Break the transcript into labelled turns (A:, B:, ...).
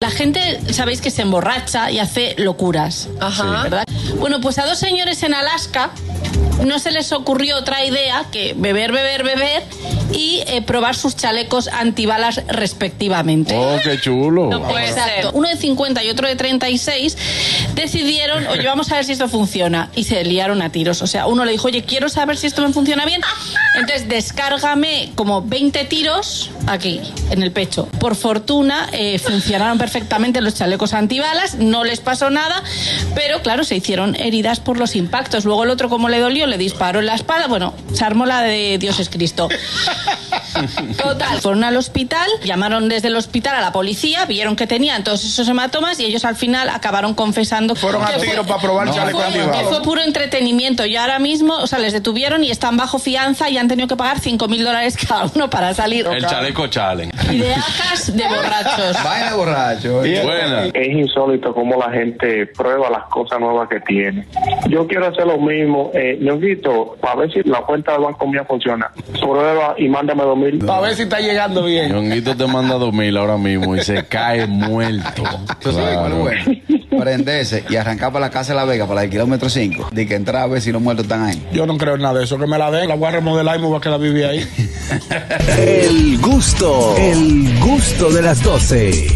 A: la gente, sabéis que se emborracha y hace locuras.
B: Ajá.
A: ¿Verdad? Bueno, pues a dos señores en Alaska no se les ocurrió otra idea que beber, beber, beber y eh, probar sus chalecos antibalas respectivamente.
C: Oh, qué chulo.
B: No puede
A: Exacto.
B: ser.
A: Uno de 50 y otro de 36 decidieron, oye, vamos a ver si esto funciona. Y se liaron a tiros. O sea, uno le dijo, oye, quiero saber si esto me funciona bien. Entonces, descárgame como 20 tiros aquí, en el pecho. Por fortuna, eh, funcionaron perfectamente los chalecos antibalas, no les pasó nada, pero claro, se hicieron heridas por los impactos. Luego el otro, como le dolió, le disparó en la espalda. Bueno, se armó la de Dios es Cristo. Total, fueron al hospital, llamaron desde el hospital a la policía, vieron que tenían todos esos hematomas y ellos al final acabaron confesando
D: Fueron a
A: que
D: tiro para probar el
A: que
D: chaleco
A: fue-
D: antibala.
A: que fue puro entretenimiento y ahora mismo, o sea, les detuvieron y están bajo fianza y han tenido que pagar 5 mil dólares cada uno para salir.
C: El chaleco challenge.
A: Ideacas de borrachos.
E: Vaina borracho.
D: Y-
C: Buena.
F: Es insólito cómo la gente prueba las cosas nuevas que tiene. Yo quiero hacer lo mismo. Eh, Ñonguito, para ver si la cuenta del banco mía funciona. Prueba y mándame dos mil.
D: Para ver si está llegando bien.
C: Ñonguito te manda dos mil ahora mismo y se cae muerto.
E: ¿Tú sabes cuál
C: Claro.
E: es bueno? Prenderse y arrancar para la casa de la Vega, para el kilómetro 5. De que entrar a ver si los muertos están ahí.
D: Yo no creo en nada de eso. Que me la den, la voy a remodelar y me voy a quedar vivir ahí.
G: El gusto, el gusto de las 12.